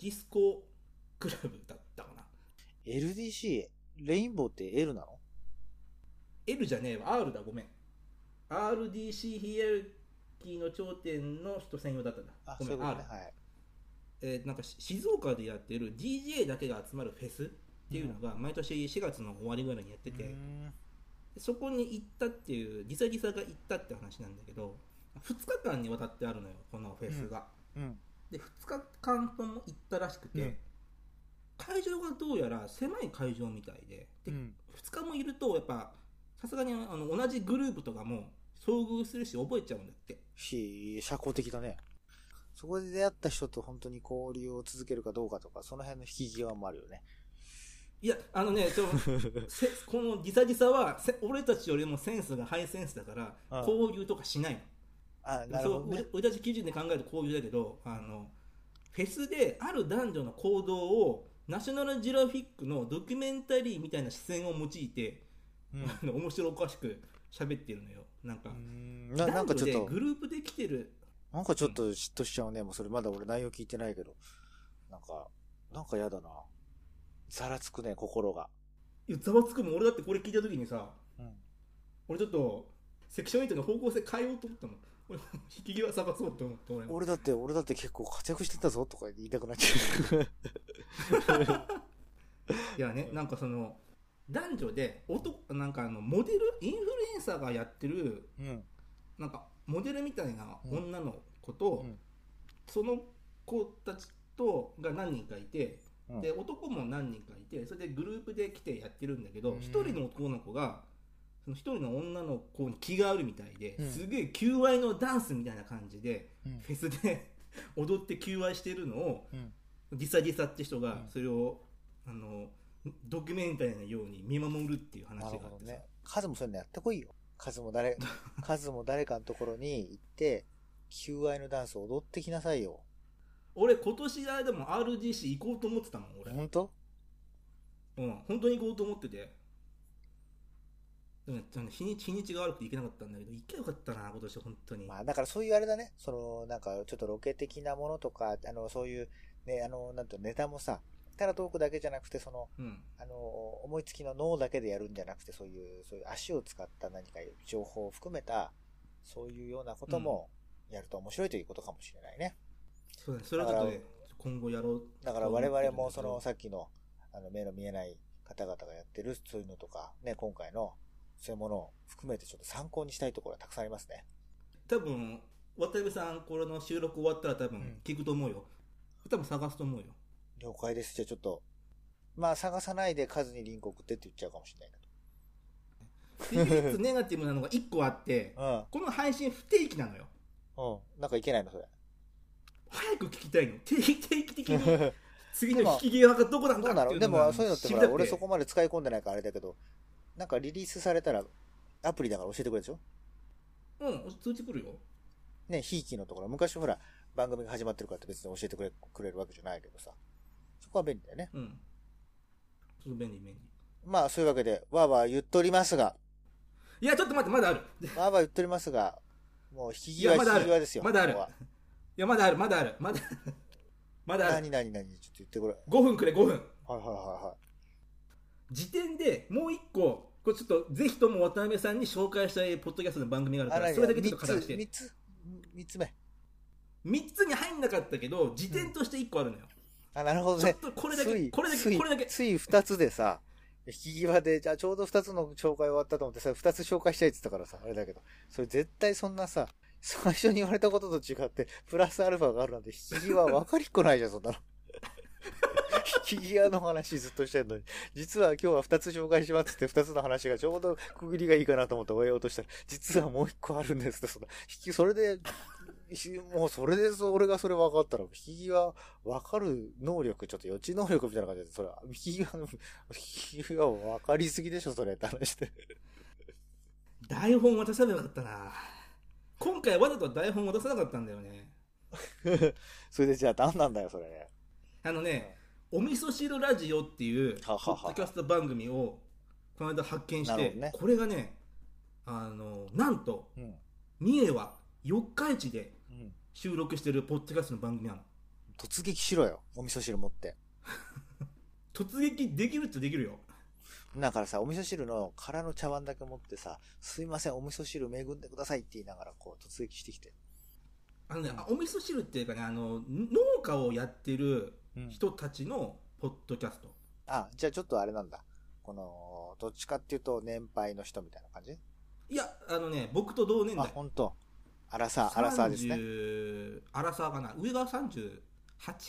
ディスコクラブだったかな
LDC、レインボーって L なの
L じゃねえわ R だごめん RDC ヒエラルキーの頂点の人専用だったんだ
あ、
ご
そうい
め
うんこと
R
ね。はい。
えーなんかし静岡でやってる DJ だけが集まるフェスっていうのが毎年4月の終わりぐらいにやってて、
うーん
そこに行ったっていうギサギサが行ったって話なんだけど2日間にわたってあるのよこのフェスが、
うん。
で2日間とも行ったらしくて、
うん
会場がどうやら狭い会場みたいでで、
うん。
2日もいるとやっぱさすがにあの同じグループとかも遭遇するし覚えちゃうんだって
し、社交的だね。そこで出会った人と本当に交流を続けるかどうかとか、その辺の引き際もあるよ ね。
いやあのねその せこのギザギザはせ俺たちよりもセンスがハイセンスだから、
うん
交流とかしないの
あ、なるほど
そ
ね
う。俺俺たち基準で考える交流だけどあのフェスである男女の行動をナショナルジオラフィックのドキュメンタリーみたいな視線を用いて
うん
あの面白おかしく喋ってるのよなんか、
な
男女
なんかちょっ
で
と
グ、ループで来てる
なんかちょっと嫉妬しちゃうね。もうそれまだ俺内容聞いてないけど。なんか、なんかやだな。ざらつくね、心が。
いやざわつくもん俺だってこれ聞いた時にさ
うん。
俺ちょっとセクション8の方向性変えようと思ったもん俺引き際探そうと思った俺も
俺だって、俺だって結構活躍してたぞとか言いたくなっちゃ う。
いやねなんかその男女で男なんかあのモデルインフルエンサーがやってる
うん。
なんかモデルみたいな女の子と、
うん
その子たちとが何人かいて、
うん
で男も何人かいてそれでグループで来てやってるんだけど
うん
一、人の男の子がその一人の女の子に気があるみたいで、
うん
すげえ求愛のダンスみたいな感じで、
うん
フェスで 踊って求愛してるのを
うん。
ギサギサって人が
うん
それを、あのドキュメンタリーのように見守るっていう話が
な
あ
るほ
っ
ど
てさ、
ね。カズもそういうのやってこいよ。カズ も誰、カズも誰かのところに行って、求愛のダンスを踊ってきなさいよ。
俺今年あれでも RGC 行こうと思ってたもん俺。
本当
うん、本当に行こうと思ってて。でもねあの日にち日にちが悪くて行けなかったんだけど、行けばよかったな、今年、本当に。
まあ、だからそういうあれだね。その、なんか、ちょっとロケ的なものとか、あの、そういう、ね、あの、なんとネタもさ、ただトークだけじゃなくて、その、
うん。
あの、思いつきの脳だけでやるんじゃなくて、そういう、そういう足を使った何か情報を含めた、そういうようなことも、やると面白いということかもしれないね。
そうだね、それはちょっとね、今後やろう
だから我々もその
さ、
さっきのあの目の見えない方々がやってるそういうのとか、ね、今回のそういうものを含めてちょっと参考にしたいところがたくさんありますね。
多分、渡辺さん、これの収録終わったら多
うん
分、聞くと思うよ。多分探すと思うよ。
了解です。じゃあちょっと、まあ探さないで数にリンク送ってって言っちゃうかもしれない
で
け
唯一ネガティブなのが1個あって、
ど。
この配信不定期なのよ。
うん。うん。なんかいけないのそれ。
早く聞きたいの。定期定期的 に、
ど
次の引き際がどこなん
う
だ
な
ってい
の
う
で
の
も
が
そういうのって
知り
ほ
た
ら、
くて
俺そこまで使い込んでないからあれだけど、なんかリリースされたらアプリだから教えてくれるでしょ
うん、通知来るよ。
ね、ひいきのところ。昔ほら、番組が始まってるからって別に教えてくれくれるわけじゃないけどさ。そこは便利だよね。
うん。すごい便利便利
まあ、そういうわけで、わーわー言っとり ますが、
いやちょっと待ってまだあるい
わーわー言っとりますが、もう引き
いや
際、
まだあ
引
る
き際ですよ。
まだある
ここは
やまだあるまだあるまだ まだある
何何何ちょっと言ってこれ。
5分くれ5分
はいはいはいはい。
時点でもう一個これちょっとぜひとも渡辺さんに紹介したいポッドキャストの番組があるか
あ
ら
何
それだけちょ
三
っと語らせ
つ、
て
三つ、三つ目。
3つに入んなかったけど時点として1個あるのよ、
あ、なるほど
ちょ
ね
っ。とこれだ
つ
け
い
これだ
つ
け
い
これだけ
つい二つでさ、引き際で、じゃあちょうど二つの紹介終わったと思ってさ、二つ紹介したいって言ったからさ、あれだけど、それ絶対そんなさ、最初に言われたことと違って、プラスアルファがあるなんて、引き際分かりっこないじゃん、そんなの。引き際の話ずっとしてんのに、実は今日は二つ紹介しますって言って二つの話がちょうど区切りがいいかなと思って終えようとしたら、実はもう一個あるんですって、その、引き、それで、しもうそれでそ、俺がそれ分かったら、引き際分かる能力、ちょっと予知能力みたいな感じで、それ、 引き際の、引き際分かりすぎでしょ、それって話で。
台本渡さなかったな今回わざと台本渡さなかったんだよね
それでじゃあ何なんだよ、それ。
あのね「お味噌汁ラジオ」っていうポ
ははは
ッドキャスト番組をこの間発見し
なる
て、
ほどね
これがねあのなんと
うん。
三重は四日市で
うん。
収録してるポッドキャストの番組なの
突撃しろよ、お味噌汁持って。
突撃できるっちゃできるよ
だからさ、お味噌汁の空の茶碗だけ持ってさ、すいません、お味噌汁恵んでくださいって言いながら、こう、突撃してきて。
あのね、
うん
あお味噌汁っていうかねあの農家をやってる
うん
人たちのポッドキャスト、
あ、じゃあちょっとあれなんだ。この、どっちかっていうと、年配の人みたいな感じ
いやあのね僕と同年
あ、
代
ほんと。アラサー、アラサーですね。
30アラサーかな上が38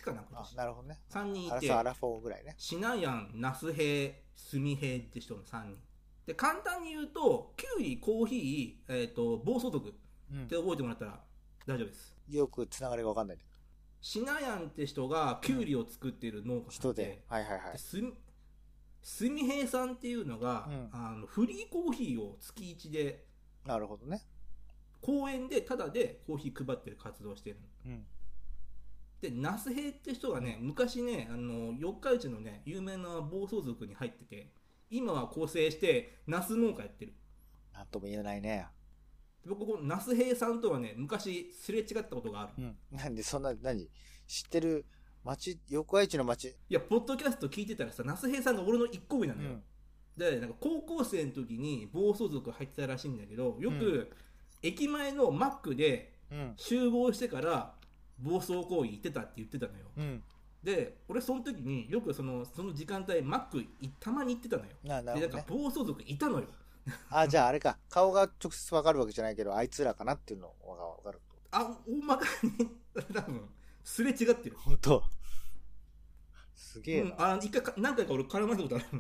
かな今
あ
年、
なるほどね。
3人
ア
い
ラ
て
サー、アラフォーぐらいね。
シナヤンナスヘイスミヘイって人の3人で簡単に言うとキュウリコーヒー、えー、と暴走族っ
うん
て。覚えてもらったら大丈夫です
よくつながりがわかんないんだけど
シナヤンって人がキュウリを作ってる農家さ
人
んで
で。はいはいはい
で。すみすみへいさんっていうのが、
うん
あのフリーコーヒーを月1で
なるほどね。
公園でタダでコーヒー配ってる活動をしてるの
うん。
でナスヘイって人がね昔ねあの四日市のね有名な暴走族に入ってて今は更生してナス農家やってる
なんとも言えないね。
で僕このナスヘイさんとはね昔すれ違ったことがある、
う
い
ん。なんで、そんな、何知ってる町、横愛知の町。
やポッドキャスト聞いてたらさナスヘイさんが俺の1個上な
う
のよ、。でなんか高校生の時に暴走族入ってたらしいんだけどよ
う
く駅前のマックで
うん。
集合してから暴走行為行ってたって言ってたのよ
うん。
で俺その時によくそのその時間帯マックいたまに行ってたのよ
な、な
で
る
なん
ほ
か
どね。
暴走族いたのよ
あ、じゃああれか。顔が直接わかるわけじゃないけど、あいつらかなっていうのがわかる。
あ大まかに多分すれ違ってる、
ほんと。すげえ
うん
な。、
あ一回か何回か俺絡まれたことあるの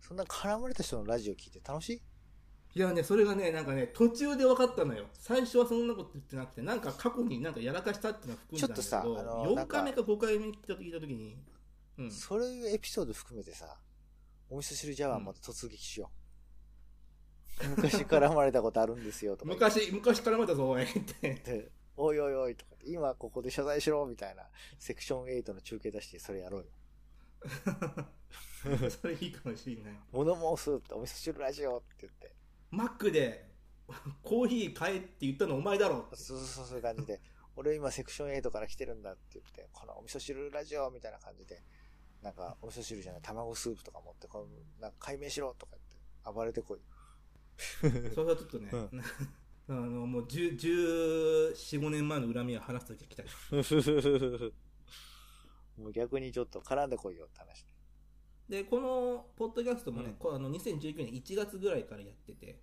そんな絡まれた人のラジオ聞いて楽しい
いやねそれがねなんかね途中で分かったのよ最初はそんなこと言ってなくてなんか過去になんかやらかしたっていうのは含んだんだけど
ちょっとさあの
4回目か5回目聞いた聞いた時に、うん、
そういうエピソード含めてさ、お味噌汁ジャワーまた突撃しよう。昔絡まれたことあるんですよ、とか言って。
昔昔絡まれたぞおいって
で、おいおいおいとかって、今ここで謝罪しろみたいな、セクション8の中継出してそれやろうよ。
それいいかもしれない
物申すって、お味噌汁ラジオって言って、
マックでコーヒー買えって言ったのお前だろ
そうそうそうそういう感じで、俺今セクション8から来てるんだって言って、このお味噌汁ラジオみたいな感じで、なんかお味噌汁じゃない卵スープとか持って、こうなんか解明しろとか言って、暴れてこ い。
それはちょっとね、
う
あのもう1415年前の恨みを話す時が来た
もう逆にちょっと絡んでこいよって話。
でこのポッドキャストもね、
うん
こうあの2019年1月ぐらいからやってて、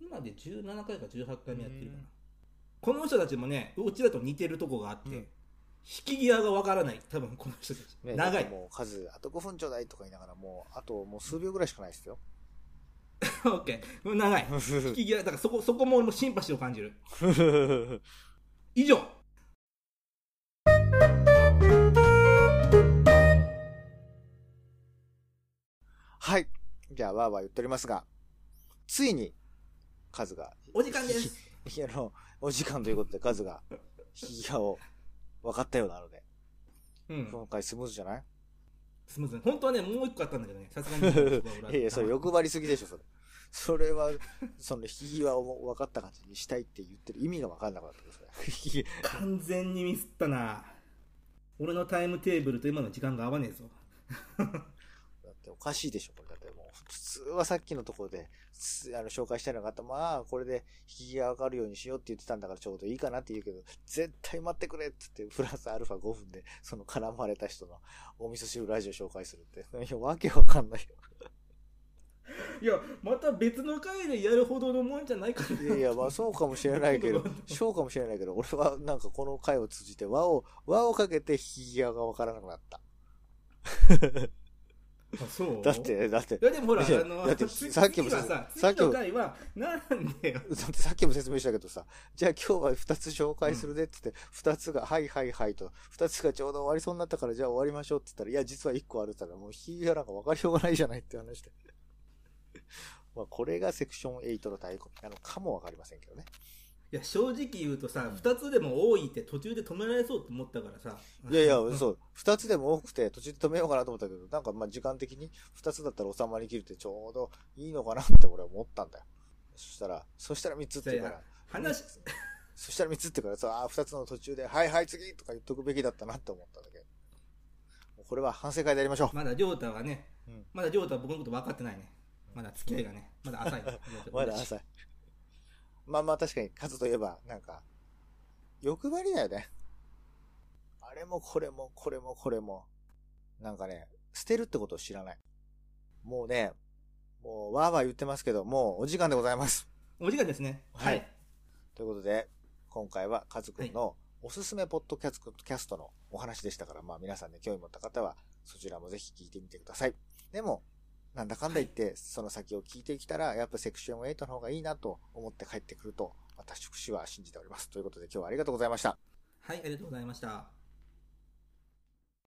うん
今で17回か18回目やってるかな、
うん
この人たちもねうちらと似てるとこがあって、
うん
引き際がわからない多分この人たち、
ね
長い
もう数、あと5分ちょうだいとか言いながら、もう、あともう数秒ぐらいしかないで すよ。
オ ッケーもう長い引き際だからそこそこも俺もシンパシーを感じる以上
はい。じゃあ、わーわー言っておりますが、ついに、カズが、
お時間です
いやあの、お時間ということで、カズが、 引き際を分かったようなので、
うん
今回スムーズじゃない
スムーズに本当はねもう一個あったんだけどねさすが にスマブラ
いやいや、それ欲張りすぎでしょ、それ。それは、その、引き際を分かった感じにしたいって言ってる意味が分かんなかったですね。引き
完全にミスったな俺のタイムテーブルと今の時間が合わねえぞ
だっておかしいでしょ、これ。だってもう、普通はさっきのところで、つあの、紹介したいのがあった。まあ、これで引き際分かるようにしようって言ってたんだからちょうどいいかなって言うけど、絶対待ってくれって言って、プラスアルファ5分で、その絡まれた人のお味噌汁ラジオ紹介するって。いや、わけわかんないよ。
いやまた別の回でやるほどのもんじゃないから
いやいや、まあそうかもしれないけど、そうかもしれないけど、俺はなんかこの回を通じて和を、和をかけて引き際がわからなくなった。
あそう
だって、だって、
い
だ
やでもほらあ
いや
の
だって
次
さっきも
次はさ
さっ
次
きも
の回はなんだよ
ってさっきも説明したけどさ、じゃあ今日は2つ紹介するねって言って、2つが、はいはいはいと、2つがちょうど終わりそうになったから、じゃあ終わりましょうって言ったら、いや、実は1個あるって言ったら、もう引き際なんかわかりようがないじゃないって 話で。まあこれがセクション8の太鼓なのかもわかりませんけどね。
いや正直言うとさ2つでも多いって途中で止められそうと思ったからさ
いやいや、そう。 二つでも多くて、途中で止めようかなと思ったけど、なんかまあ時間的に二つだったら収まりきるってちょうどいいのかなって俺は思ったんだよ。そしたら、そしたら三つって言うか
いや
ら。
話
そしたら三つって言うからさ、ああ、二つの途中で、はいはい次とか言っとくべきだったなって思ったんだけど。もうこれは反省会でやりましょ
まだ亮太はね、
うん
まだ亮太は僕のこと分かってないねまだ付き合いがねまだ浅いね
う。 まだ浅い。まあまあ確かに、数といえば、なんか、欲張りだよね。あれもこれもこれもこれも。なんかね、捨てるってことを知らない。もうね、もうわーわー言ってますけど、もうお時間でございます。
お時間ですね
は
はいい
ということで、今回はカズくんのおすすめポッドキャストキャストのお話でしたから、まあ皆さんね、興味持った方はそちらもぜひ聞いてみてください。でも、なんだかんだ言って、その先を聞いてきたら、やっぱセクション8の方がいいなと思って帰ってくると、私、福祉は信じております。ということで今日はありがとうございました。
はいありがとうございました